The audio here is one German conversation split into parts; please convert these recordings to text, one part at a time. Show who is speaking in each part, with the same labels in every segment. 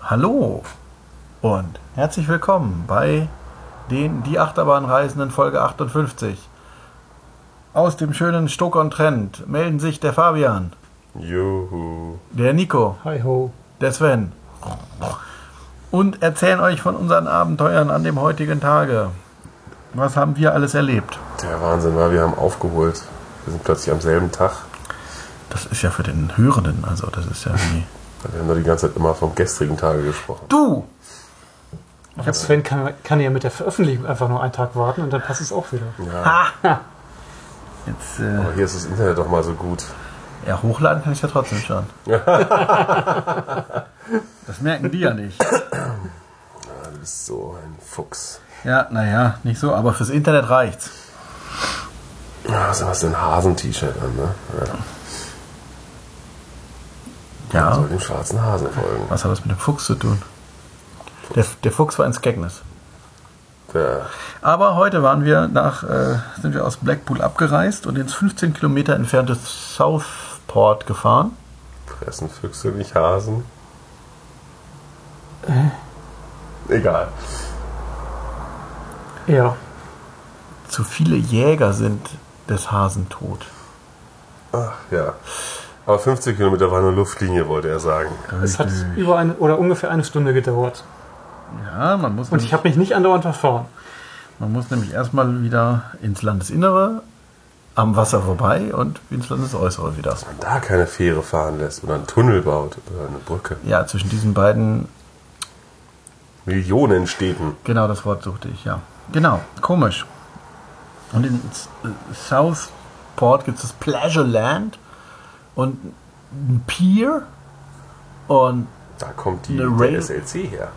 Speaker 1: Hallo und herzlich willkommen bei den Die Achterbahnreisenden Folge 58. Aus dem schönen Stock on Trent melden sich der Fabian,
Speaker 2: Juhu.
Speaker 1: der Nico,
Speaker 3: Hi ho.
Speaker 1: der Sven und erzählen euch von unseren Abenteuern an dem heutigen Tage. Was haben wir alles erlebt?
Speaker 2: Der Wahnsinn war, wir haben aufgeholt. Wir sind plötzlich am selben Tag.
Speaker 1: Das ist ja für den Hörenden, also das ist ja wie.
Speaker 2: Wir haben doch die ganze Zeit immer vom gestrigen Tage gesprochen.
Speaker 1: Du!
Speaker 3: Ich hab Sven kann, kann ja mit der Veröffentlichung einfach nur einen Tag warten und dann passt es auch wieder.
Speaker 2: Ja,
Speaker 1: Jetzt, äh,
Speaker 2: aber Ah. Oh, hier ist das Internet doch mal so gut.
Speaker 1: ja, hochladen kann ich ja trotzdem schon. Das merken die ja nicht.
Speaker 2: Du bist so ein Fuchs.
Speaker 1: Ja, naja, nicht so, aber fürs Internet reicht's.
Speaker 2: Ja, was hast du ein Hasen-T-Shirt an, ne? Ja. Man
Speaker 1: Ja.
Speaker 2: Soll dem schwarzen Hasen folgen.
Speaker 1: Also, Was hat das mit dem Fuchs zu tun? Der, der Fuchs war ins Skagnes.
Speaker 2: Ja.
Speaker 1: Aber heute waren wir nach, äh, sind wir aus Blackpool abgereist und ins 15 Kilometer entfernte Southport gefahren.
Speaker 2: Fressen Füchse nicht Hasen? Egal.
Speaker 3: Ja.
Speaker 1: Zu viele Jäger sind des Hasen tot.
Speaker 2: Ach ja. Aber 50 Kilometer war nur Luftlinie, wollte er sagen.
Speaker 3: Es hat über eine oder ungefähr eine Stunde gedauert.
Speaker 1: Ja, man muss,
Speaker 3: Und ich habe mich nicht andauernd verfahren.
Speaker 1: man muss nämlich erstmal wieder ins Landesinnere, am Wasser vorbei und ins Landesäußere wieder.
Speaker 2: Wenn man da keine Fähre fahren lässt oder einen Tunnel baut oder eine Brücke.
Speaker 1: Ja, zwischen diesen beiden
Speaker 2: Millionen Städten.
Speaker 1: Genau, das Wort suchte ich, ja. Genau, komisch. Und in S- äh, Southport gibt es das Pleasure Land und ein Pier und
Speaker 2: Da kommt die
Speaker 1: Eine
Speaker 2: der
Speaker 1: Rail-
Speaker 2: SLC her.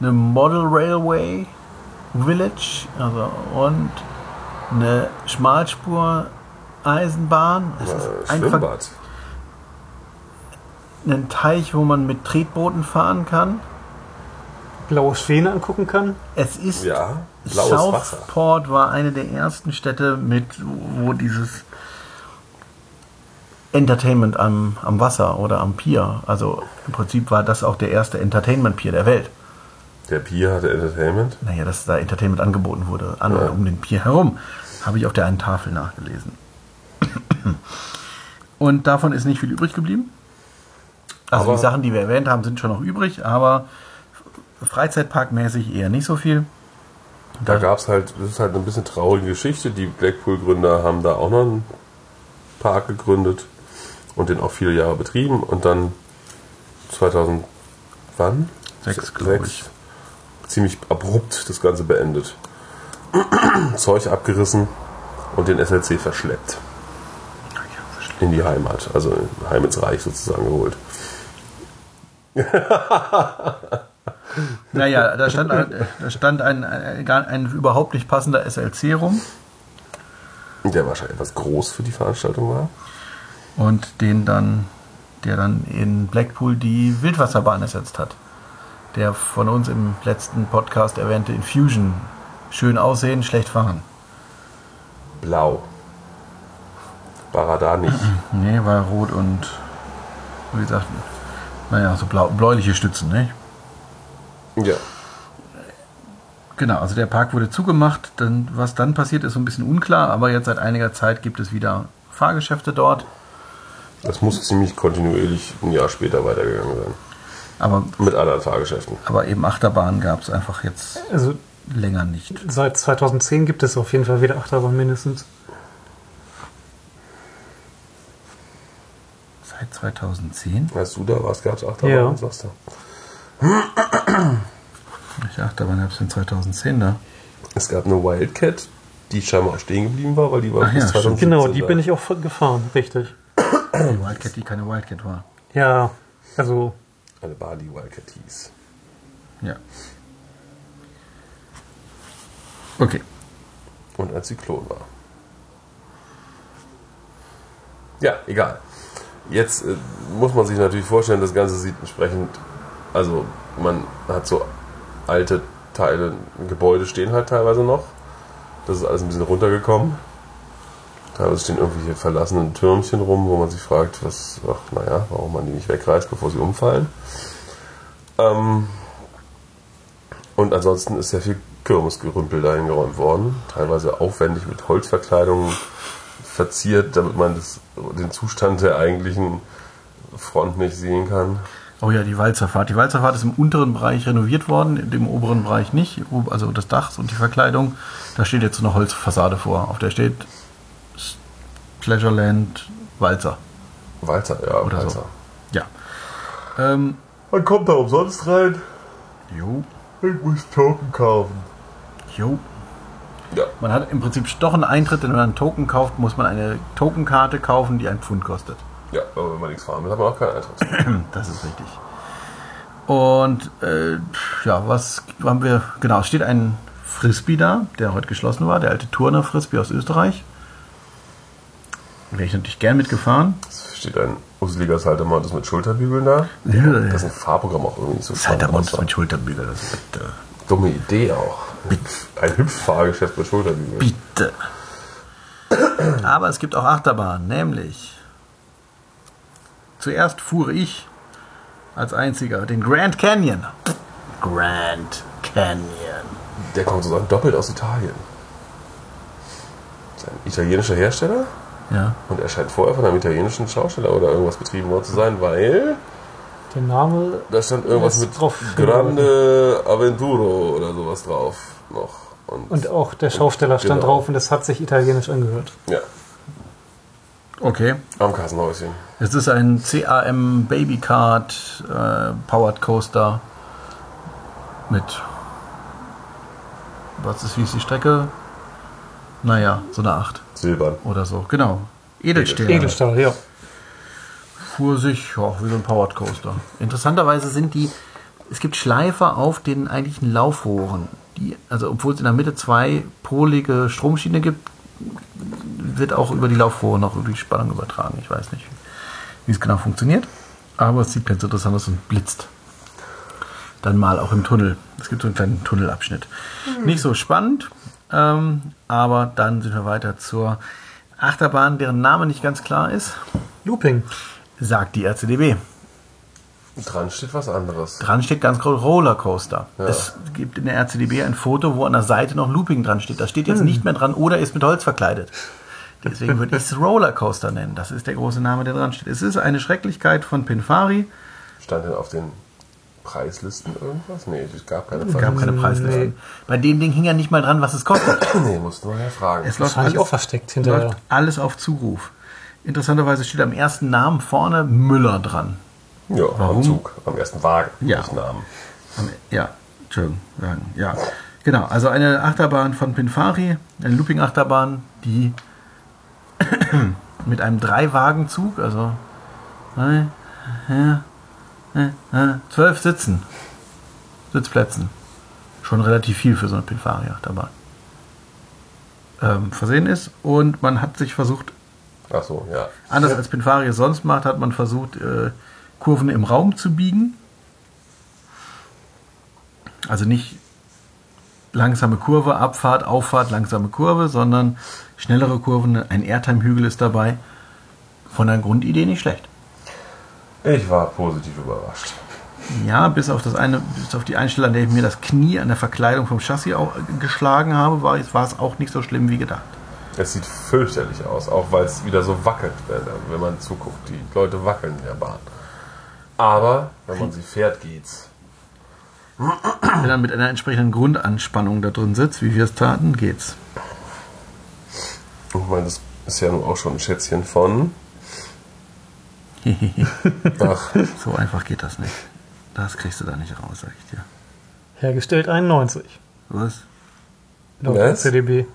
Speaker 1: eine Model Railway Village also, und eine Schmalspur Eisenbahn. Es
Speaker 2: Äh,
Speaker 1: ist einfach
Speaker 2: Schwimmbad.
Speaker 1: ein Teich, wo man mit Tretbooten fahren kann.
Speaker 3: Blaue Schwäne angucken kann.
Speaker 1: Es ist
Speaker 2: Ja, blaues Wasser.
Speaker 1: Southport war eine der ersten Städte mit, wo dieses Entertainment am, am Wasser oder am Pier, also im Prinzip war das auch der erste Entertainment-Pier der Welt.
Speaker 2: Der Pier hatte Entertainment.
Speaker 1: Naja, dass da Entertainment angeboten wurde, an
Speaker 2: Ja.
Speaker 1: und um den Pier herum, habe ich auf der einen Tafel nachgelesen. Und davon ist nicht viel übrig geblieben. Also
Speaker 2: Aber-
Speaker 1: die Sachen, die wir erwähnt haben, sind schon noch übrig, aber Freizeitparkmäßig eher nicht so viel.
Speaker 2: Da gab es halt, das ist halt eine bisschen traurige Geschichte. Die Blackpool-Gründer haben da auch noch einen Park gegründet und den auch viele Jahre betrieben. Und dann 2000, wann?
Speaker 1: Sechs,
Speaker 2: Se-
Speaker 1: glaub
Speaker 2: sechs.
Speaker 1: ich.
Speaker 2: Ziemlich abrupt das Ganze beendet. Zeug abgerissen und den SLC verschleppt.
Speaker 1: Ah
Speaker 2: in die Heimat, also heim ins Reich sozusagen geholt.
Speaker 1: Naja, da stand, halt- da stand ein, ein, gar- ein überhaupt nicht passender SLC rum
Speaker 2: Der wahrscheinlich etwas groß für die Veranstaltung war.
Speaker 1: und den dann, der dann in Blackpool die Wildwasserbahn ersetzt hat. Der von uns im letzten Podcast erwähnte Infusion. Schön aussehen, schlecht fahren.
Speaker 2: Blau. War er da nicht.
Speaker 1: Nee, war rot und wie gesagt, naja, so blau, bläuliche Stützen, ne?
Speaker 2: ja.
Speaker 1: Genau, also der Park wurde zugemacht. Dann, was dann passiert, ist so ein bisschen unklar, aber jetzt seit einiger Zeit gibt es wieder Fahrgeschäfte dort.
Speaker 2: Das muss ziemlich kontinuierlich ein Jahr später weitergegangen sein.
Speaker 1: Aber,
Speaker 2: Mit anderen Fahrgeschäften.
Speaker 1: aber eben Achterbahnen gab es einfach jetzt
Speaker 3: Also
Speaker 1: länger nicht.
Speaker 3: seit 2010 gibt es auf jeden Fall wieder Achterbahn mindestens.
Speaker 1: Seit 2010?
Speaker 2: Als du da warst, gab es Achterbahn,
Speaker 3: Ja.
Speaker 2: sagst du.
Speaker 1: Welche Achterbahn gab es denn 2010 da?
Speaker 2: Es gab eine Wildcat, die scheinbar auch stehen geblieben war, weil die war
Speaker 1: Ach
Speaker 2: bis
Speaker 1: ja, stimmt.
Speaker 2: 2017
Speaker 3: Genau, die
Speaker 2: da.
Speaker 3: bin ich auch von- gefahren, richtig.
Speaker 1: Die Wildcat, die keine Wildcat war.
Speaker 3: Ja, also
Speaker 2: Eine Bahn, die Wildcat hieß.
Speaker 1: Ja. Okay.
Speaker 2: Und ein Zyklon war. Ja, egal. Jetzt äh, muss man sich natürlich vorstellen, das Ganze sieht entsprechend, also man hat so alte Teile, Gebäude stehen halt teilweise noch. Das ist alles ein bisschen runtergekommen. Teilweise stehen irgendwelche verlassenen Türmchen rum, wo man sich fragt, was, ach naja, warum man die nicht wegreißt, bevor sie umfallen. Ähm, und ansonsten ist sehr viel Kirmesgerümpel dahin geräumt worden. Teilweise aufwendig mit Holzverkleidungen verziert, damit man das, den Zustand der eigentlichen Front nicht sehen kann.
Speaker 1: Oh ja, die Walzerfahrt. Die Walzerfahrt ist im unteren Bereich renoviert worden, im- im oberen Bereich nicht, Ob- also des Dachs und die Verkleidung. Da steht jetzt so eine Holzfassade vor, auf der steht S- Pleasureland Walzer.
Speaker 2: Walzer, ja,
Speaker 1: Oder so.
Speaker 2: Walzer.
Speaker 1: Ja. Ähm,
Speaker 2: Man kommt da umsonst rein.
Speaker 1: jo,
Speaker 2: Ich muss Token kaufen.
Speaker 1: jo.
Speaker 2: Ja,
Speaker 1: Man hat im Prinzip doch einen Eintritt, denn wenn man einen Token kauft, muss man eine Tokenkarte kaufen, die einen Pfund kostet.
Speaker 2: ja, aber wenn man nichts fahren will, hat man auch keinen Eintritt.
Speaker 1: Das ist richtig. Und äh, ja, was haben wir? Genau, es steht ein Frisbee da, der heute geschlossen war, der alte Turner Frisbee aus Österreich. Wäre ich natürlich gern mitgefahren.
Speaker 2: Es steht ein useliger Saltamontes mit Schulterbügeln da.
Speaker 1: Ja,
Speaker 2: Das ist ein Fahrprogramm auch irgendwie nicht so
Speaker 1: Saltermonster mit
Speaker 2: spannend.
Speaker 1: Schulterbügel, das ist äh, bitte.
Speaker 2: Dumme Idee auch. Ein Hüpffahrgeschäft mit Schulterbügeln.
Speaker 1: Bitte. Aber es gibt auch Achterbahnen, nämlich zuerst fuhr ich als einziger den Grand Canyon. Grand Canyon.
Speaker 2: Der kommt sozusagen doppelt aus Italien. Ist ein italienischer Hersteller
Speaker 1: Ja.
Speaker 2: und er scheint vorher von einem italienischen Schausteller oder irgendwas betrieben worden zu sein, weil
Speaker 3: Der Name
Speaker 2: da stand irgendwas
Speaker 3: Das
Speaker 2: mit
Speaker 3: drauf.
Speaker 2: Grande Aventuro oder sowas drauf noch. Und,
Speaker 3: und auch der Schausteller stand
Speaker 2: Genau.
Speaker 3: drauf und das hat sich italienisch angehört.
Speaker 2: ja,
Speaker 1: Okay.
Speaker 2: am Kassenhäuschen.
Speaker 1: Es ist ein CAM Babycard äh, Powered Coaster mit. Was ist, wie ist die Strecke? Naja, so eine 8
Speaker 2: Silbern.
Speaker 1: oder so, genau. Edelstähler.
Speaker 3: Edelstahl, ja.
Speaker 1: Fuhr sich, ja, wie so ein Powered Coaster. Interessanterweise sind die, es gibt Schleifer auf den eigentlichen Laufrohren. Die, also, obwohl es in der Mitte zwei polige Stromschiene gibt, wird auch über die Laufrohre noch über die Spannung übertragen. Ich weiß nicht, wie es genau funktioniert. Aber es sieht ganz interessant aus und blitzt. Dann mal auch im Tunnel. Es gibt so einen kleinen Tunnelabschnitt. Nicht so spannend, ähm, aber dann sind wir weiter zur Achterbahn, deren Name nicht ganz klar ist,
Speaker 3: Looping.
Speaker 1: sagt die RCDB.
Speaker 2: Dran steht was anderes.
Speaker 1: Dran steht ganz groß Rollercoaster.
Speaker 2: Ja.
Speaker 1: Es gibt in der RCDB ein Foto, wo an der Seite noch Looping dran steht. Das steht
Speaker 3: Hm.
Speaker 1: jetzt nicht mehr dran oder ist mit Holz verkleidet. Deswegen würde ich es Rollercoaster nennen. Das ist der große Name, der dran steht. Es ist eine Schrecklichkeit von Pinfari.
Speaker 2: Stand denn auf den Preislisten irgendwas? Nee, es gab keine
Speaker 1: Es gab keine Preisliste. Bei dem Ding hing ja nicht mal dran, was es kostet.
Speaker 2: Nee, mussten wir ja fragen.
Speaker 1: Es
Speaker 3: Das
Speaker 1: läuft
Speaker 3: habe ich auch
Speaker 1: alles,
Speaker 3: versteckt hinterher.
Speaker 1: läuft alles auf Zuruf. Interessanterweise steht am ersten Namen vorne Müller dran.
Speaker 2: ja,
Speaker 1: Warum?
Speaker 2: am Zug, am ersten Wagen.
Speaker 1: Ja.
Speaker 2: Nicht Namen.
Speaker 1: Am- E- Ja, Entschuldigung, sagen, ja. Genau, also eine Achterbahn von Pinfari, eine Looping-Achterbahn, die mit einem Drei-Wagen-Zug, also drei, ja, ne, ja, ja, zwölf Sitzen, Sitzplätzen. Schon relativ viel für so eine Pinfari-Achterbahn. Ähm, versehen ist und man hat sich versucht,
Speaker 2: Ach so, ja.
Speaker 1: Anders als Pinfari es sonst macht, hat man versucht, äh, Kurven im Raum zu biegen. Also nicht langsame Kurve, Abfahrt, Auffahrt, langsame Kurve, sondern schnellere Kurven. Ein Airtime-Hügel ist dabei. Von der Grundidee nicht schlecht.
Speaker 2: Ich war positiv überrascht.
Speaker 1: Ja, bis auf, das eine, bis auf die Einstelle, an der ich mir das Knie an der Verkleidung vom Chassis auch, geschlagen habe, war, es- war es auch nicht so schlimm wie gedacht.
Speaker 2: Es sieht fürchterlich aus, auch weil es wieder so wackelt, wenn, wenn man zuguckt. Die Leute wackeln in der Bahn. Aber wenn man sie fährt, geht's.
Speaker 1: Wenn man mit einer entsprechenden Grundanspannung da drin sitzt, wie wir es taten, geht's.
Speaker 2: Oh, Ich meine, das ist ja nun auch schon ein Schätzchen von. Ach,
Speaker 1: So einfach geht das nicht. Das kriegst du da nicht raus, sag ich dir.
Speaker 3: Hergestellt 91.
Speaker 1: Was?
Speaker 3: Laut
Speaker 2: Was?
Speaker 3: CDB.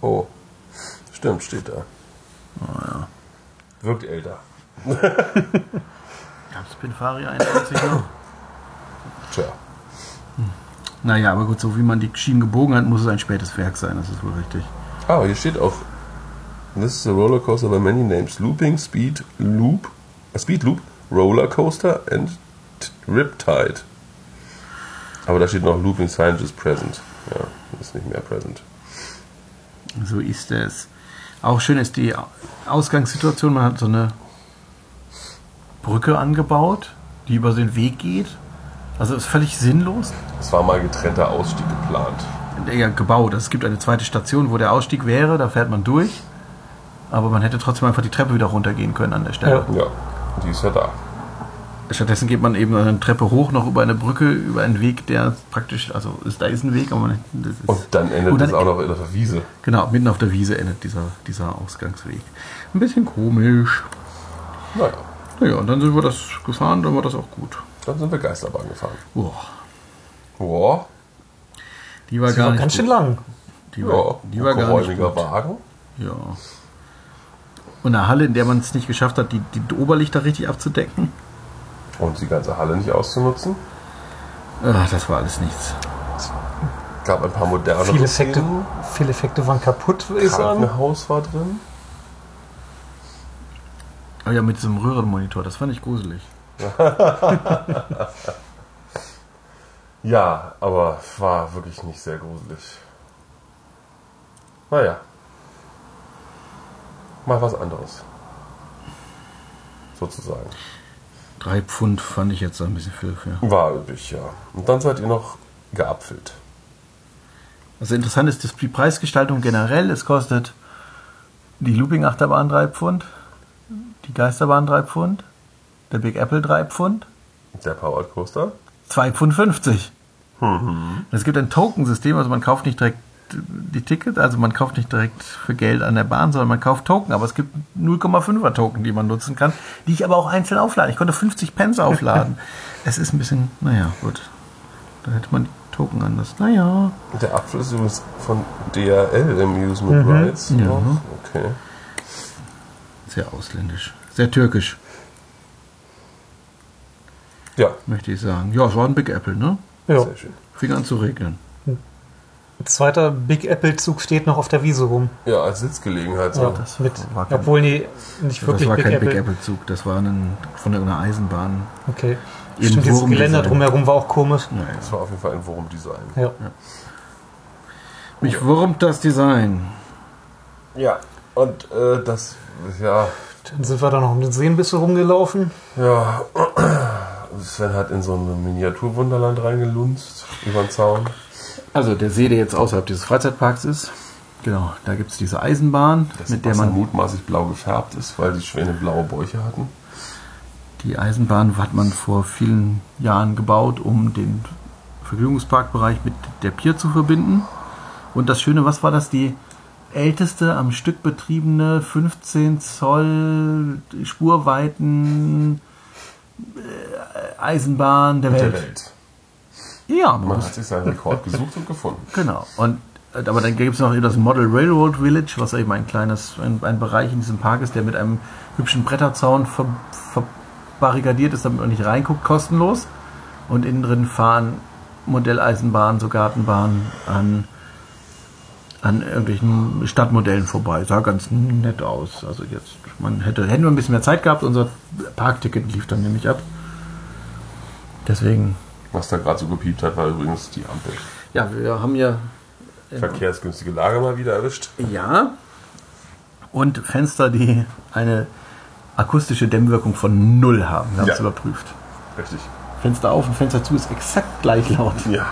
Speaker 2: oh. Stimmt, steht da. Oh, ja. Wirkt älter.
Speaker 1: Gab's Pinfari 41 noch?
Speaker 2: Tja.
Speaker 1: Naja, aber gut, so wie man die Schienen gebogen hat, muss es ein spätes Werk sein, das ist wohl richtig.
Speaker 2: Ah, hier steht auch. This is a roller coaster by many names: Looping, Speed, Loop, äh, Speed Loop, Roller Coaster and T- Riptide. Aber da steht noch Looping Science is present. Ja, ist nicht mehr present.
Speaker 1: So ist es. Auch schön ist die Ausgangssituation, man hat so eine Brücke angebaut, die über den Weg geht. Also ist völlig sinnlos.
Speaker 2: Es war mal getrennter Ausstieg geplant.
Speaker 1: Ja, gebaut. Also Es gibt eine zweite Station, wo der Ausstieg wäre, da fährt man durch. Aber man hätte trotzdem einfach die Treppe wieder runtergehen können an der Stelle.
Speaker 2: Ja, die ist ja da.
Speaker 1: Stattdessen geht man eben eine Treppe hoch, noch über eine Brücke, über einen Weg, der praktisch, also ist, da ist ein Weg, aber man, das ist,
Speaker 2: Und dann endet
Speaker 1: Und dann-
Speaker 2: es auch noch in der Wiese.
Speaker 1: genau, mitten auf der Wiese endet dieser, dieser Ausgangsweg. Ein bisschen komisch.
Speaker 2: Naja,
Speaker 1: Naja, und dann sind wir das gefahren, dann war das auch gut.
Speaker 2: dann sind wir Geisterbahn gefahren.
Speaker 1: Boah,
Speaker 2: Boah,
Speaker 1: die war
Speaker 3: Das
Speaker 1: gar
Speaker 3: war
Speaker 1: nicht
Speaker 3: ganz
Speaker 1: gut.
Speaker 3: schön lang.
Speaker 1: Die
Speaker 2: ja,
Speaker 1: war, die war gar nicht
Speaker 2: geräumiger
Speaker 1: gut.
Speaker 2: Wagen.
Speaker 1: Ja. Und eine Halle, in der man es nicht geschafft hat, die, die Oberlichter richtig abzudecken.
Speaker 2: Und die ganze Halle nicht auszunutzen.
Speaker 1: Ach, Ah, das war alles nichts.
Speaker 2: Gab ein paar moderne
Speaker 3: Viele Effekte, Also viele Effekte waren kaputt, würde ich sagen.
Speaker 2: Krankenhaus war drin.
Speaker 1: Aber ja, mit diesem Röhrenmonitor, das fand ich gruselig.
Speaker 2: Ja, aber war wirklich nicht sehr gruselig. Naja. Mal was anderes. Sozusagen.
Speaker 1: Drei Pfund fand ich jetzt ein bisschen viel. Für.
Speaker 2: War üblich, ja. Und dann seid ihr noch geapfelt.
Speaker 1: Also interessant ist das- die Preisgestaltung generell. Es kostet die Looping-Achterbahn drei Pfund, die Geisterbahn drei Pfund, der Big Apple drei Pfund,
Speaker 2: Der Powered Coaster.
Speaker 1: 2,50 Pfund. 50. Es gibt ein Token-System, also man kauft nicht direkt die Ticket, also man kauft nicht direkt für Geld an der Bahn, sondern man kauft Token. Aber es gibt 0,5er Token, die man nutzen kann, die ich aber auch einzeln aufladen. Ich konnte 50 Pence aufladen. es ist ein bisschen, naja, gut. Da hätte man die Token anders. Naja,
Speaker 2: Der Apfel ist übrigens von DRL Amusement
Speaker 1: Mhm.
Speaker 2: Rides.
Speaker 1: Ja.
Speaker 2: noch. Okay.
Speaker 1: sehr ausländisch. Sehr türkisch,
Speaker 2: Ja,
Speaker 1: möchte ich sagen. Ja, es war ein Big Apple, ne?
Speaker 3: Ja.
Speaker 2: sehr schön.
Speaker 1: Fing an zu regnen.
Speaker 3: Ein zweiter Big Apple-Zug steht noch auf der Wiese rum.
Speaker 2: Ja, als Sitzgelegenheit. So.
Speaker 3: Ja,
Speaker 1: das
Speaker 3: mit,
Speaker 1: war kein-
Speaker 3: obwohl die nicht
Speaker 1: Das
Speaker 3: wirklich
Speaker 1: war
Speaker 3: Big,
Speaker 1: kein
Speaker 3: Apple.
Speaker 1: Big Apple-Zug, das war ein, von einer Eisenbahn.
Speaker 3: Okay.
Speaker 1: Eben
Speaker 3: Stimmt, dieses
Speaker 1: Wurmdesign.
Speaker 3: Geländer drumherum war auch komisch.
Speaker 1: Naja.
Speaker 2: Das war auf jeden Fall ein Wurmdesign.
Speaker 3: Ja.
Speaker 1: Mich wurmt das Design.
Speaker 2: Ja, und äh, das, ja,
Speaker 3: Dann sind wir da noch um den See ein bisschen rumgelaufen.
Speaker 2: ja. Sven hat in so ein Miniaturwunderland reingelunzt, über den Zaun.
Speaker 1: Also der See, der jetzt außerhalb dieses Freizeitparks ist, genau, da gibt es diese Eisenbahn,
Speaker 2: Das
Speaker 1: mit der man
Speaker 2: mutmaßlich blau gefärbt ist, weil die Schwäne blaue Bäuche hatten.
Speaker 1: die Eisenbahn hat man vor vielen Jahren gebaut, um den Vergnügungsparkbereich mit der Pier zu verbinden. Und das Schöne, was war das? Die älteste am Stück betriebene 15 Zoll spurweiten äh, Eisenbahn der Welt.
Speaker 2: Welt.
Speaker 1: Ja, man
Speaker 2: Man
Speaker 1: muss
Speaker 2: hat sich seinen Rekord gesucht und gefunden.
Speaker 1: Genau. Und äh, aber dann gibt es noch eben das Model Railroad Village, was eben ein kleines, ein, ein Bereich in diesem Park ist, der mit einem hübschen Bretterzaun ver, verbarrikadiert ist, damit man nicht reinguckt, kostenlos. Und innen drin fahren Modelleisenbahnen, so Gartenbahnen an, an irgendwelchen Stadtmodellen vorbei. Sah ganz nett aus. Also jetzt, man hätte, hätten wir ein bisschen mehr Zeit gehabt, unser Parkticket lief dann nämlich ab. Deswegen.
Speaker 2: Was da gerade so gepiept hat, war übrigens die Ampel.
Speaker 1: Ja, wir haben ja
Speaker 2: Verkehrsgünstige Lage mal wieder erwischt.
Speaker 1: Ja. Und Fenster, die eine akustische Dämmwirkung von null haben. Wir haben
Speaker 2: Ja.
Speaker 1: es überprüft.
Speaker 2: Richtig.
Speaker 1: Fenster auf und Fenster zu ist exakt gleich laut.
Speaker 2: Ja.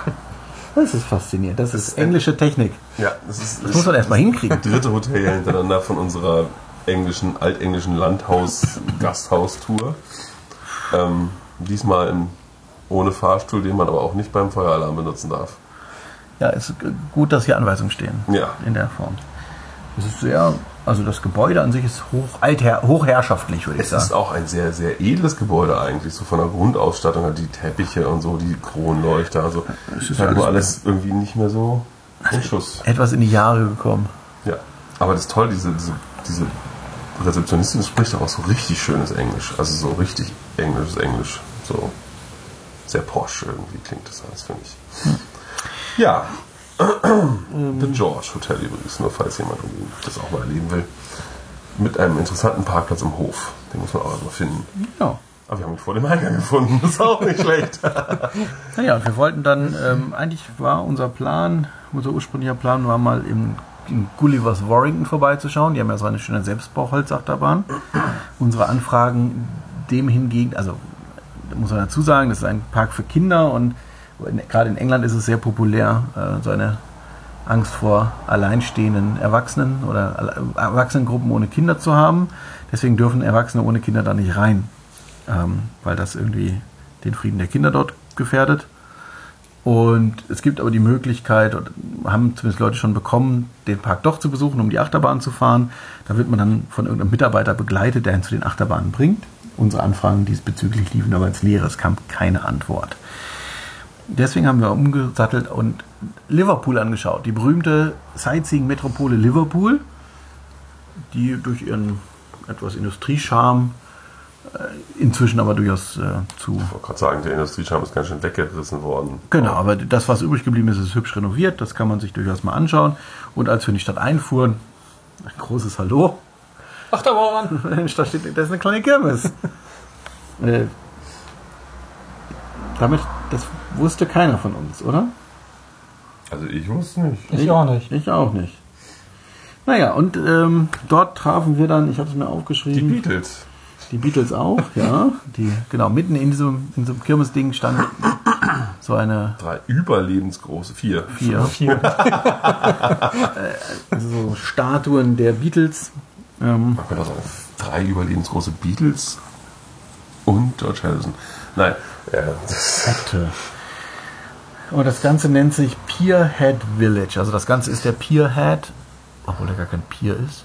Speaker 1: Das ist faszinierend. Das ist englische Technik.
Speaker 2: Ja, das ist
Speaker 1: Das muss man erstmal hinkriegen.
Speaker 2: dritte Hotel ja hintereinander von unserer englischen, altenglischen Landhaus-Gasthaus-Tour. Ähm, diesmal im, ohne Fahrstuhl, den man aber auch nicht beim Feueralarm benutzen darf.
Speaker 1: Ja, ist gut, dass hier Anweisungen stehen.
Speaker 2: Ja.
Speaker 1: In der Form. Es ist sehr, also das Gebäude an sich ist hoch, alther, hochherrschaftlich, würde ich
Speaker 2: Es
Speaker 1: sagen.
Speaker 2: ist auch ein sehr, sehr edles Gebäude eigentlich, so von der Grundausstattung, hat die Teppiche und so, die Kronleuchter, also
Speaker 1: Es
Speaker 2: es
Speaker 1: ist
Speaker 2: ist halt
Speaker 1: alles-
Speaker 2: nur alles irgendwie nicht mehr so in Schuss.
Speaker 1: Etwas in die Jahre gekommen.
Speaker 2: Ja, aber das ist toll, diese, diese, diese Rezeptionistin spricht auch so richtig schönes Englisch. Also so richtig englisches Englisch. So sehr posch irgendwie klingt das alles, finde ich. Ja. The George Hotel übrigens, nur falls jemand irgendwie das auch mal erleben will. Mit einem interessanten Parkplatz im Hof. Den muss man auch erstmal finden.
Speaker 1: Ja.
Speaker 2: Aber wir haben ihn vor dem Eingang gefunden. Das ist auch nicht schlecht.
Speaker 1: Naja, und wir wollten dann, ähm, eigentlich war unser Plan, unser ursprünglicher Plan war mal im, in Gullivers Warrington vorbeizuschauen. Die haben ja so eine schöne Selbstbauholzachterbahn. Unsere Anfragen dem hingegen, also muss man dazu sagen, das ist ein Park für Kinder und in- gerade in England ist es sehr populär, äh, so eine Angst vor alleinstehenden Erwachsenen oder alle- Erwachsenengruppen ohne Kinder zu haben. Deswegen dürfen Erwachsene ohne Kinder da nicht rein, ähm, weil das irgendwie den Frieden der Kinder dort gefährdet. Und es gibt aber die Möglichkeit, oder haben zumindest Leute schon bekommen, den Park doch zu besuchen, um die Achterbahn zu fahren. Da wird man dann von irgendeinem Mitarbeiter begleitet, der ihn zu den Achterbahnen bringt. Unsere Anfragen diesbezüglich liefen aber ins Leere. Es kam keine Antwort. Deswegen haben wir umgesattelt und Liverpool angeschaut. Die berühmte Sightseeing-Metropole Liverpool, die durch ihren etwas Industriescharme äh, inzwischen aber durchaus äh, zu
Speaker 2: Ich wollte gerade sagen, der Industriescham ist ganz schön weggerissen worden.
Speaker 1: Genau, aber das, was übrig geblieben ist, ist hübsch renoviert. Das kann man sich durchaus mal anschauen. Und als wir in die Stadt einfuhren, ein großes Hallo.
Speaker 3: Achterbahn!
Speaker 1: Da steht, das ist eine kleine Kirmes. äh, damit, das wusste keiner von uns, oder?
Speaker 2: Also ich wusste nicht.
Speaker 3: Ich auch nicht.
Speaker 1: Ich auch nicht. Naja, und ähm, dort trafen wir dann, ich habe es mir
Speaker 2: Die
Speaker 1: aufgeschrieben,
Speaker 2: Beatles.
Speaker 1: Die Beatles auch, ja. Die, genau, mitten in diesem, in diesem Kirmesding stand so eine
Speaker 2: Drei überlebensgroße, vier.
Speaker 1: Bier.
Speaker 3: Vier.
Speaker 1: Also so Statuen der Beatles. Ähm,
Speaker 2: Man könnte auch sagen, drei überlebensgroße Beatles und George Harrison. Nein, ja, das
Speaker 1: und das Ganze nennt sich Pierhead Village. Also das Ganze ist der Pierhead, obwohl er gar kein Pier ist.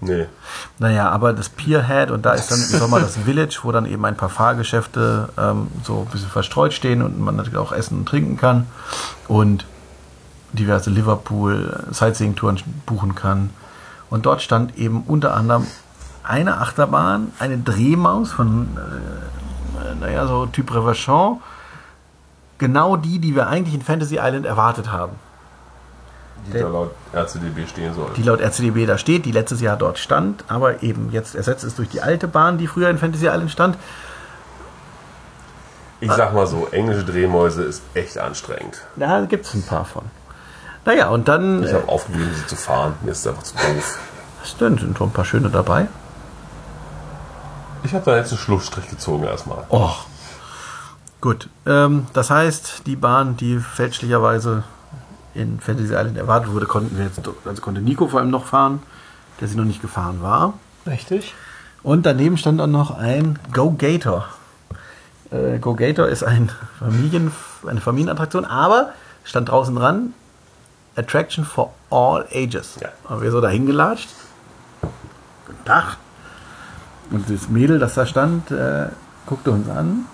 Speaker 2: nee.
Speaker 1: Naja, aber das Pierhead und da ist dann im Sommer das Village, wo dann eben ein paar Fahrgeschäfte ähm, so ein bisschen verstreut stehen und man natürlich auch essen und trinken kann und diverse Liverpool äh, Sightseeing-Touren buchen kann. Und dort stand eben unter anderem eine Achterbahn, eine Drehmaus von, äh, naja, so Typ Reverchon. Genau die, die wir eigentlich in Fantasy Island erwartet haben
Speaker 2: Die da laut RCDB stehen soll.
Speaker 1: die laut RCDB da steht, die letztes Jahr dort stand, aber eben jetzt ersetzt ist durch die alte Bahn, die früher in Fantasy Island stand.
Speaker 2: Ich sag mal so, englische Drehmäuse ist echt anstrengend.
Speaker 1: Da gibt es ein paar von. Naja, und dann
Speaker 2: Ich
Speaker 1: äh,
Speaker 2: habe aufgegeben, sie zu fahren. Mir ist es einfach zu doof.
Speaker 1: stimmt, sind schon ein paar schöne dabei.
Speaker 2: Ich habe da jetzt einen Schlussstrich gezogen erstmal.
Speaker 1: Och. Gut, ähm, das heißt, die Bahn, die fälschlicherweise in Fantasy Island erwartet wurde, konnten wir jetzt, also konnte Nico vor allem noch fahren, der sie noch nicht gefahren war.
Speaker 3: Richtig.
Speaker 1: Und daneben stand auch noch ein Go Gator. Äh, Go Gator ist ein Familien, eine Familienattraktion, aber stand draußen dran, Attraction for all ages.
Speaker 2: Ja.
Speaker 1: Haben wir so dahin gelatscht. Guten Tag. Und das Mädel, das da stand, äh, guckte uns an.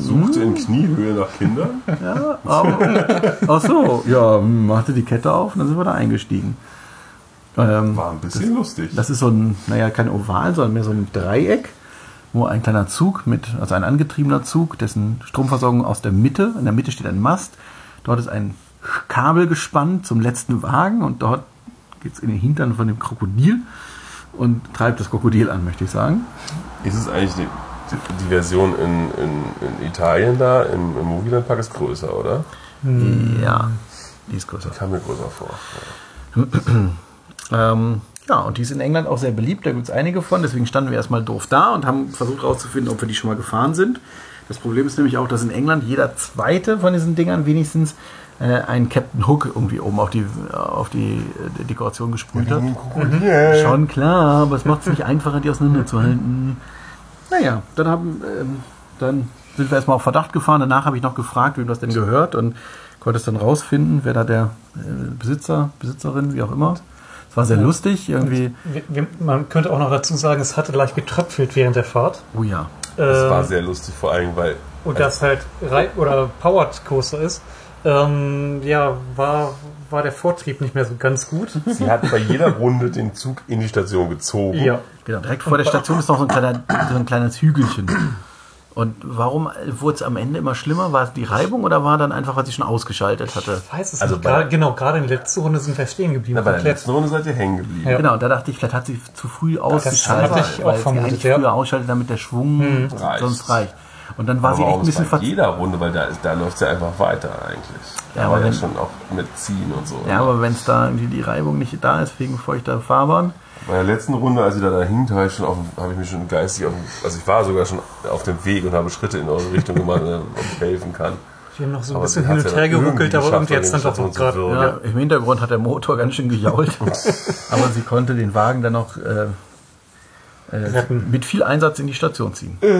Speaker 2: Suchte in Kniehöhe nach Kindern.
Speaker 1: Ja, aber, hm. ach so, ja, hm, machte die Kette auf und dann sind wir da eingestiegen. Ähm,
Speaker 2: War ein bisschen lustig.
Speaker 1: Das ist so ein, naja, kein Oval, sondern mehr so ein Dreieck, wo ein kleiner Zug mit, also ein angetriebener Zug, dessen Stromversorgung aus der Mitte, in der Mitte steht ein Mast, dort ist ein Kabel gespannt zum letzten Wagen und dort geht es in den Hintern von dem Krokodil und treibt das Krokodil an, möchte ich sagen.
Speaker 2: Ist es eigentlich die, die, die Version in, in, in Italien da, im, im Movieland Park, ist größer, oder?
Speaker 1: Ja, die ist größer.
Speaker 2: Kam mir größer vor.
Speaker 1: Ähm, ja, und die ist in England auch sehr beliebt, da gibt es einige von, deswegen standen wir erstmal doof da und haben versucht herauszufinden, ob wir die schon mal gefahren sind. Das Problem ist nämlich auch, dass in England jeder zweite von diesen Dingern wenigstens äh, einen Captain Hook irgendwie oben auf die, auf die äh, Dekoration gesprüht hat. Schon klar, aber es macht es nicht einfacher, die auseinanderzuhalten. Naja, dann haben ähm, dann sind wir erstmal auf Verdacht gefahren. Danach habe ich noch gefragt, wem das denn gehört und konnte es dann rausfinden, wer da der äh, Besitzer, Besitzerin, wie auch immer. Es war sehr lustig, irgendwie.
Speaker 3: Wir, wir, man könnte auch noch dazu sagen, es hatte leicht getröpfelt während der Fahrt.
Speaker 1: Oh ja.
Speaker 2: Das war
Speaker 3: Ähm,
Speaker 2: sehr lustig, vor allem, weil
Speaker 3: und das halt Rei oder Powered Coaster ist, ähm, ja, war, war der Vortrieb nicht mehr so ganz gut.
Speaker 2: sie hat bei jeder Runde den Zug in die Station gezogen.
Speaker 3: ja.
Speaker 1: Genau, direkt vor der Station ist noch so ein, kleiner, so ein kleines Hügelchen. Und warum äh, wurde es am Ende immer schlimmer? War es die Reibung oder war dann einfach, weil sie schon ausgeschaltet hatte?
Speaker 3: Ich weiß es
Speaker 2: Also
Speaker 3: nicht.
Speaker 2: bei-
Speaker 3: Gerade, genau, gerade in der letzten Runde sind wir stehen geblieben.
Speaker 2: Na, bei der
Speaker 3: komplett.
Speaker 2: letzten Runde seid ihr hängen geblieben.
Speaker 3: Ja.
Speaker 1: Genau, und da dachte ich, vielleicht hat sie zu früh ausgeschaltet,
Speaker 3: hatte ich auch
Speaker 1: weil sie
Speaker 3: vermutet,
Speaker 1: eigentlich
Speaker 3: ja.
Speaker 1: früher ausschaltet, damit der Schwung
Speaker 2: Reicht.
Speaker 1: sonst reicht. Und dann war
Speaker 2: Aber
Speaker 1: sie echt
Speaker 2: warum
Speaker 1: ein bisschen
Speaker 2: ist bei
Speaker 1: verzogen.
Speaker 2: jeder Runde, weil da, ist- da läuft sie einfach weiter eigentlich. Da
Speaker 1: Ja,
Speaker 2: war
Speaker 1: aber
Speaker 2: ja
Speaker 1: wenn-
Speaker 2: schon auch mit Ziehen und so.
Speaker 1: Ja, aber wenn es da irgendwie die Reibung nicht da ist wegen feuchter Fahrbahn,
Speaker 2: Bei der letzten Runde, als ich da, da hing, habe ich, schon auf dem- habe ich mich schon geistig auf dem, also ich war sogar schon auf dem Weg und habe Schritte in eure Richtung gemacht, ne, ob ich helfen kann.
Speaker 3: Wir haben noch so ein
Speaker 2: Aber
Speaker 3: bisschen
Speaker 2: sie
Speaker 3: hin
Speaker 2: hat's
Speaker 3: und
Speaker 2: ja
Speaker 3: her
Speaker 2: irgendwie
Speaker 3: geruckelt, aber
Speaker 2: geschafft,
Speaker 3: irgendwie jetzt dann
Speaker 2: an den
Speaker 3: doch noch
Speaker 2: Stationen zu
Speaker 3: gerade.
Speaker 2: wirken.
Speaker 1: Ja, Im Hintergrund hat der Motor ganz schön gejault, aber sie konnte den Wagen dann noch äh, äh,
Speaker 3: Retten.
Speaker 1: mit viel Einsatz in die Station ziehen. Das,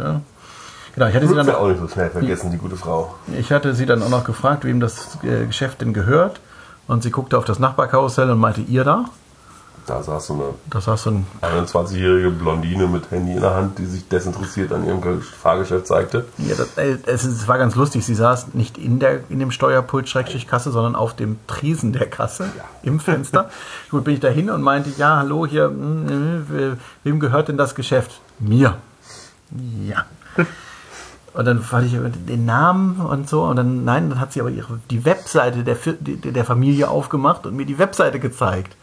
Speaker 1: ja. Genau, ich hatte, sie
Speaker 2: Das
Speaker 1: dann,
Speaker 2: auch nicht so schnell vergessen, die gute Frau.
Speaker 1: ich hatte sie dann auch noch gefragt, wem das äh, Geschäft denn gehört. Und sie guckte auf das Nachbarkarussell und meinte, ihr da?
Speaker 2: Da saß so eine
Speaker 1: Das war so ein
Speaker 2: 21-jährige Blondine mit Handy in der Hand, die sich desinteressiert an ihrem Ge- Fahrgeschäft zeigte.
Speaker 1: Ja, das, äh, es, ist- es war ganz lustig. Sie saß nicht in, der, in dem Steuerpult Schrägstrich Kasse, sondern auf dem Tresen der Kasse im Fenster. Gut, bin ich da hin und meinte, ja, hallo, hier, mm, mm, we- wem gehört denn das Geschäft? Mir. Ja. Und dann fand ich den Namen und so. Und dann, nein, dann hat sie aber ihre, die Webseite der, Fi- der der Familie aufgemacht und mir die Webseite gezeigt.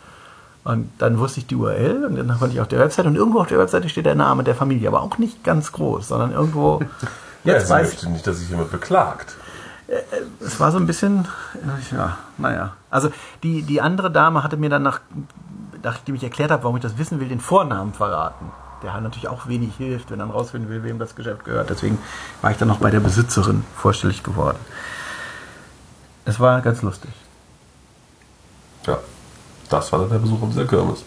Speaker 1: Und dann wusste ich die URL und dann konnte ich auf der Webseite und irgendwo auf der Webseite steht der Name der Familie, aber auch nicht ganz groß, sondern irgendwo. Jetzt
Speaker 2: sie
Speaker 1: weiß ich,
Speaker 2: möchte nicht, dass sich jemand beklagt.
Speaker 1: es war so ein bisschen, ja, naja. Also die, die andere Dame hatte mir dann, nach, nachdem ich erklärt habe, warum ich das wissen will, den Vornamen verraten. Der halt natürlich auch wenig hilft, wenn man rausfinden will, wem das Geschäft gehört. Deswegen war ich dann noch bei der Besitzerin vorstellig geworden. Es war ganz lustig.
Speaker 2: Ja, das war dann der Besuch auf dieser Kirmes.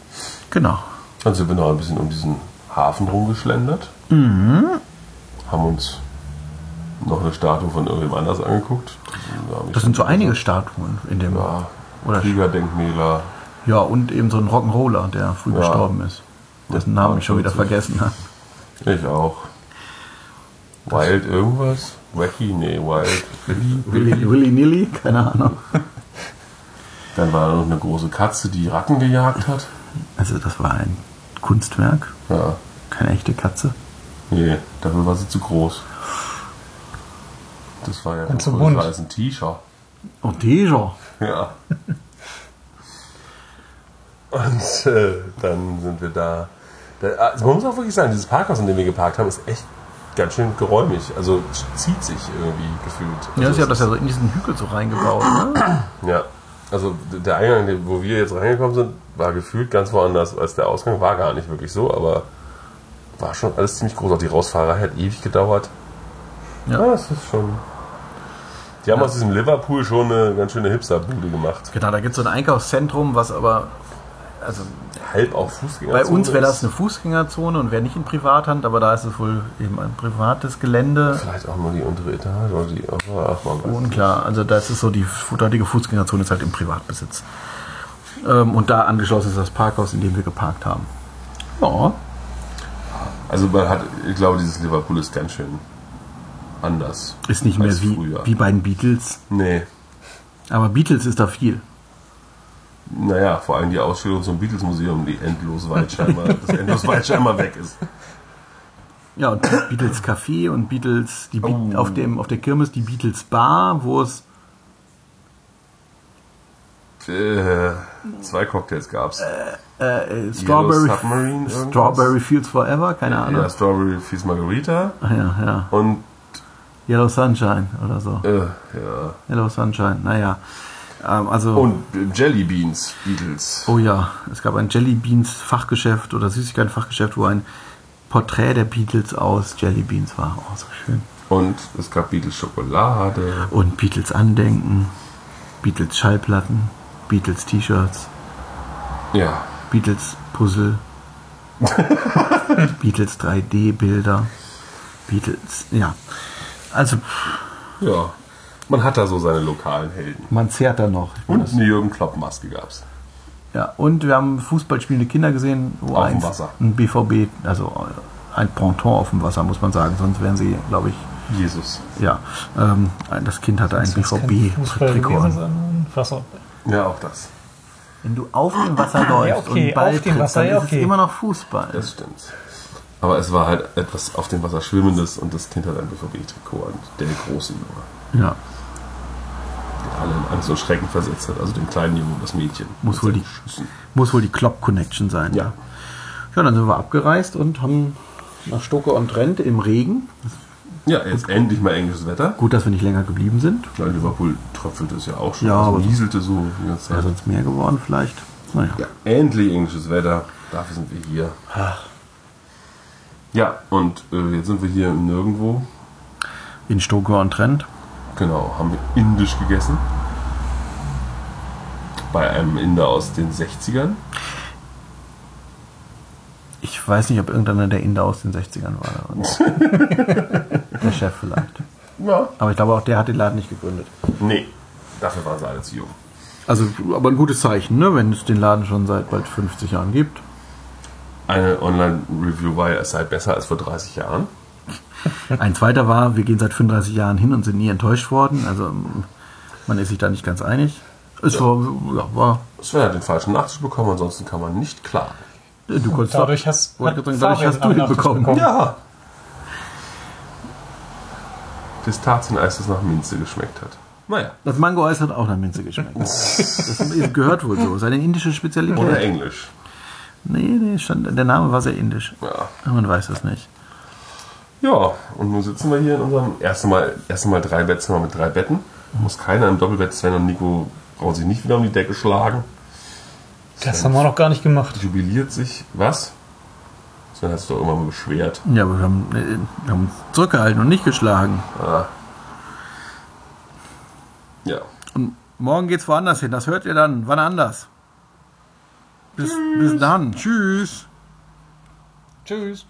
Speaker 1: Genau.
Speaker 2: Dann sind wir noch ein bisschen um diesen Hafen rumgeschlendert.
Speaker 1: Mhm.
Speaker 2: Haben uns noch eine Statue von irgendjemand anders angeguckt. Da hab ich
Speaker 1: Das sind so einige Statuen in dem.
Speaker 2: Ja,
Speaker 1: Oder-
Speaker 2: Kriegerdenkmäler.
Speaker 1: Ja, und eben so ein Rock'n'Roller, der früh
Speaker 2: Ja.
Speaker 1: gestorben ist. Dessen Namen ich schon wieder
Speaker 2: 49.
Speaker 1: vergessen habe.
Speaker 2: Ich auch. Wild irgendwas? Wacky? Nee, Wild.
Speaker 1: Willy, Willy Nilly? Keine Ahnung.
Speaker 2: Dann war da noch eine große Katze, die Ratten gejagt hat.
Speaker 1: Also, das war ein Kunstwerk.
Speaker 2: Ja,
Speaker 1: Keine echte Katze.
Speaker 2: nee, dafür war sie zu groß. Das war ja
Speaker 3: Und zu
Speaker 2: größer
Speaker 3: bunt.
Speaker 2: als ein T-Shirt.
Speaker 1: Und Oh, Deja.
Speaker 2: Ja. Und äh, dann sind wir da. da also man muss auch wirklich sagen, dieses Parkhaus, in dem wir geparkt haben, ist echt ganz schön geräumig. Also es zieht sich irgendwie gefühlt.
Speaker 1: Ja,
Speaker 2: Also
Speaker 1: sie haben das
Speaker 2: es
Speaker 1: ja so in diesen Hügel so reingebaut. Ne?
Speaker 2: Ja, also der Eingang, den- wo wir jetzt reingekommen sind, war gefühlt ganz woanders als der Ausgang. War gar nicht wirklich so, aber war schon alles ziemlich großartig. Die Rausfahrerei hat ewig gedauert.
Speaker 1: Ja.
Speaker 2: das ist schon. Die haben aus diesem Liverpool schon eine ganz schöne Hipsterbude gemacht.
Speaker 1: Genau, da gibt es so ein Einkaufszentrum, was aber. Also,
Speaker 2: Halb auch Fußgänger.
Speaker 1: bei uns wäre das eine Fußgängerzone und wäre nicht in Privathand, aber da ist es wohl eben ein privates Gelände.
Speaker 2: Vielleicht auch nur die untere Etage oder die. Ach, man weiß.
Speaker 1: Unklar, also das ist so, die dortige Fußgängerzone ist halt im Privatbesitz. Ähm, und da angeschlossen ist das Parkhaus, in dem wir geparkt haben. Ja,
Speaker 2: Also man hat, ich glaube, dieses Liverpool ist ganz schön anders.
Speaker 1: ist nicht
Speaker 2: Als
Speaker 1: mehr wie,
Speaker 2: früher.
Speaker 1: wie bei den Beatles.
Speaker 2: Nee.
Speaker 1: Aber Beatles ist da viel.
Speaker 2: Naja, vor allem die Ausstellung zum Beatles Museum, die endlos weit scheinbar, das endlos weit scheinbar weg ist.
Speaker 1: Ja, und Beatles Café und Beatles, die Be
Speaker 2: Oh.
Speaker 1: auf, dem, auf der Kirmes die Beatles Bar, wo es
Speaker 2: Äh, zwei Cocktails gab's.
Speaker 1: äh, Strawberry,
Speaker 2: Submarine irgendwas?
Speaker 1: Strawberry Fields Forever, keine Ahnung.
Speaker 2: ja, Strawberry Fizz Margarita
Speaker 1: Ach ja, ja.
Speaker 2: und
Speaker 1: Yellow Sunshine oder so.
Speaker 2: äh, ja.
Speaker 1: Yellow Sunshine, naja. Ähm, also,
Speaker 2: Und Jelly Beans Beatles.
Speaker 1: oh ja, es gab ein Jelly Beans Fachgeschäft oder Süßigkeiten-Fachgeschäft, wo ein Porträt der Beatles aus Jelly Beans war. Oh, so schön.
Speaker 2: Und es gab Beatles Schokolade.
Speaker 1: Und Beatles Andenken, Beatles Schallplatten, Beatles T-Shirts.
Speaker 2: Ja.
Speaker 1: Beatles Puzzle, Beatles 3D Bilder, Beatles, ja. Also
Speaker 2: Ja. Man hat da so seine lokalen Helden.
Speaker 1: man zehrt da noch.
Speaker 2: Und eine Jürgen Klopp Maske gab's.
Speaker 1: Ja, und wir haben Fußball spielende Kinder gesehen, wo
Speaker 2: Auf dem
Speaker 1: eins
Speaker 2: Wasser.
Speaker 1: ein BVB, also ein Ponton auf dem Wasser, muss man sagen, sonst wären sie, glaube ich,
Speaker 2: Jesus.
Speaker 1: ja. Ähm, das Kind hatte ein
Speaker 3: Fußball gewesen
Speaker 1: BVB-Trikot.
Speaker 3: sein. Was auch.
Speaker 2: Ja, auch das.
Speaker 1: Wenn du auf dem Wasser läufst und
Speaker 3: okay,
Speaker 1: einen Ball
Speaker 3: auf dem
Speaker 1: trittst,
Speaker 3: Wasser,
Speaker 1: dann
Speaker 3: ja,
Speaker 1: ist
Speaker 3: okay.
Speaker 1: es immer noch Fußball.
Speaker 2: Das stimmt. Aber es war halt etwas auf dem Wasser Schwimmendes und das Kind hat ein BVB-Trikot an der großen Junge.
Speaker 1: ja,
Speaker 2: Der alle in Angst und Schrecken versetzt hat. Also den kleinen Jungen und das Mädchen.
Speaker 1: Muss
Speaker 2: Mit
Speaker 1: wohl
Speaker 2: seinen
Speaker 1: die-
Speaker 2: Schüssen.
Speaker 1: muss wohl die Klopp-Connection sein.
Speaker 2: Ja.
Speaker 1: Ja, dann sind wir abgereist und haben nach Stoke und Trent im Regen.
Speaker 2: Ja, jetzt endlich mal englisches Wetter.
Speaker 1: Gut, dass wir nicht länger geblieben sind.
Speaker 2: Ja, Liverpool tröpfelt es ja auch schon.
Speaker 1: Ja,
Speaker 2: also
Speaker 1: aber- Also-
Speaker 2: nieselte so die ganze Zeit.
Speaker 1: Wäre sonst mehr geworden vielleicht. Naja.
Speaker 2: Ja, endlich englisches Wetter. Dafür sind wir hier. Ja, und äh, jetzt sind wir hier im Nirgendwo.
Speaker 1: In Stoker und Trend.
Speaker 2: Genau, haben wir indisch gegessen. Bei einem Inder aus den 60ern.
Speaker 1: Ich weiß nicht, ob irgendeiner der Inder aus den 60ern war. aber der Chef vielleicht.
Speaker 2: Ja.
Speaker 1: Aber ich glaube, auch der hat den Laden nicht gegründet.
Speaker 2: Nee, dafür waren sie alle zu jung.
Speaker 1: Also, aber ein gutes Zeichen, ne? wenn es den Laden schon seit bald 50 Jahren gibt.
Speaker 2: Eine Online-Review war, es sei besser als vor 30 Jahren.
Speaker 1: Ein zweiter war, wir gehen seit 35 Jahren hin und sind nie enttäuscht worden. Also, man ist sich da nicht ganz einig. Es war, ja, war
Speaker 2: Sven hat den falschen Nachtisch bekommen, ansonsten kann man nicht klagen.
Speaker 1: du konntest
Speaker 3: Dadurch hast,
Speaker 1: wollte
Speaker 3: hat
Speaker 1: gerade sagen, dadurch
Speaker 3: Fabian
Speaker 1: hast du
Speaker 3: einen
Speaker 1: ihn
Speaker 3: Nachtisch
Speaker 1: bekommen.
Speaker 2: Ja. Pistazieneis, das nach Minze geschmeckt hat. Naja.
Speaker 1: Das Mango-Eis hat auch nach Minze geschmeckt. Das gehört wohl so. Seine indische Spezialität.
Speaker 2: Oder Englisch.
Speaker 1: Nee, nee, stand, der Name war sehr indisch.
Speaker 2: Ja.
Speaker 1: Aber man weiß es nicht.
Speaker 2: Ja, und nun sitzen wir hier in unserem ersten Mal, ersten Mal drei Bettzimmer mit drei Betten. Muss keiner im Doppelbett. Sven und Nico brauchen sich nicht wieder um die Decke schlagen.
Speaker 3: Das haben wir noch gar nicht gemacht.
Speaker 2: Jubiliert sich. Was? Sven hat sich doch irgendwann mal beschwert.
Speaker 1: Ja, aber wir haben, äh, wir haben uns zurückgehalten und nicht geschlagen.
Speaker 2: Ah. Ja.
Speaker 1: Und morgen geht's woanders hin. Das hört ihr dann. Wann anders? Bis, bis dann. Tschüss.
Speaker 3: Tschüss.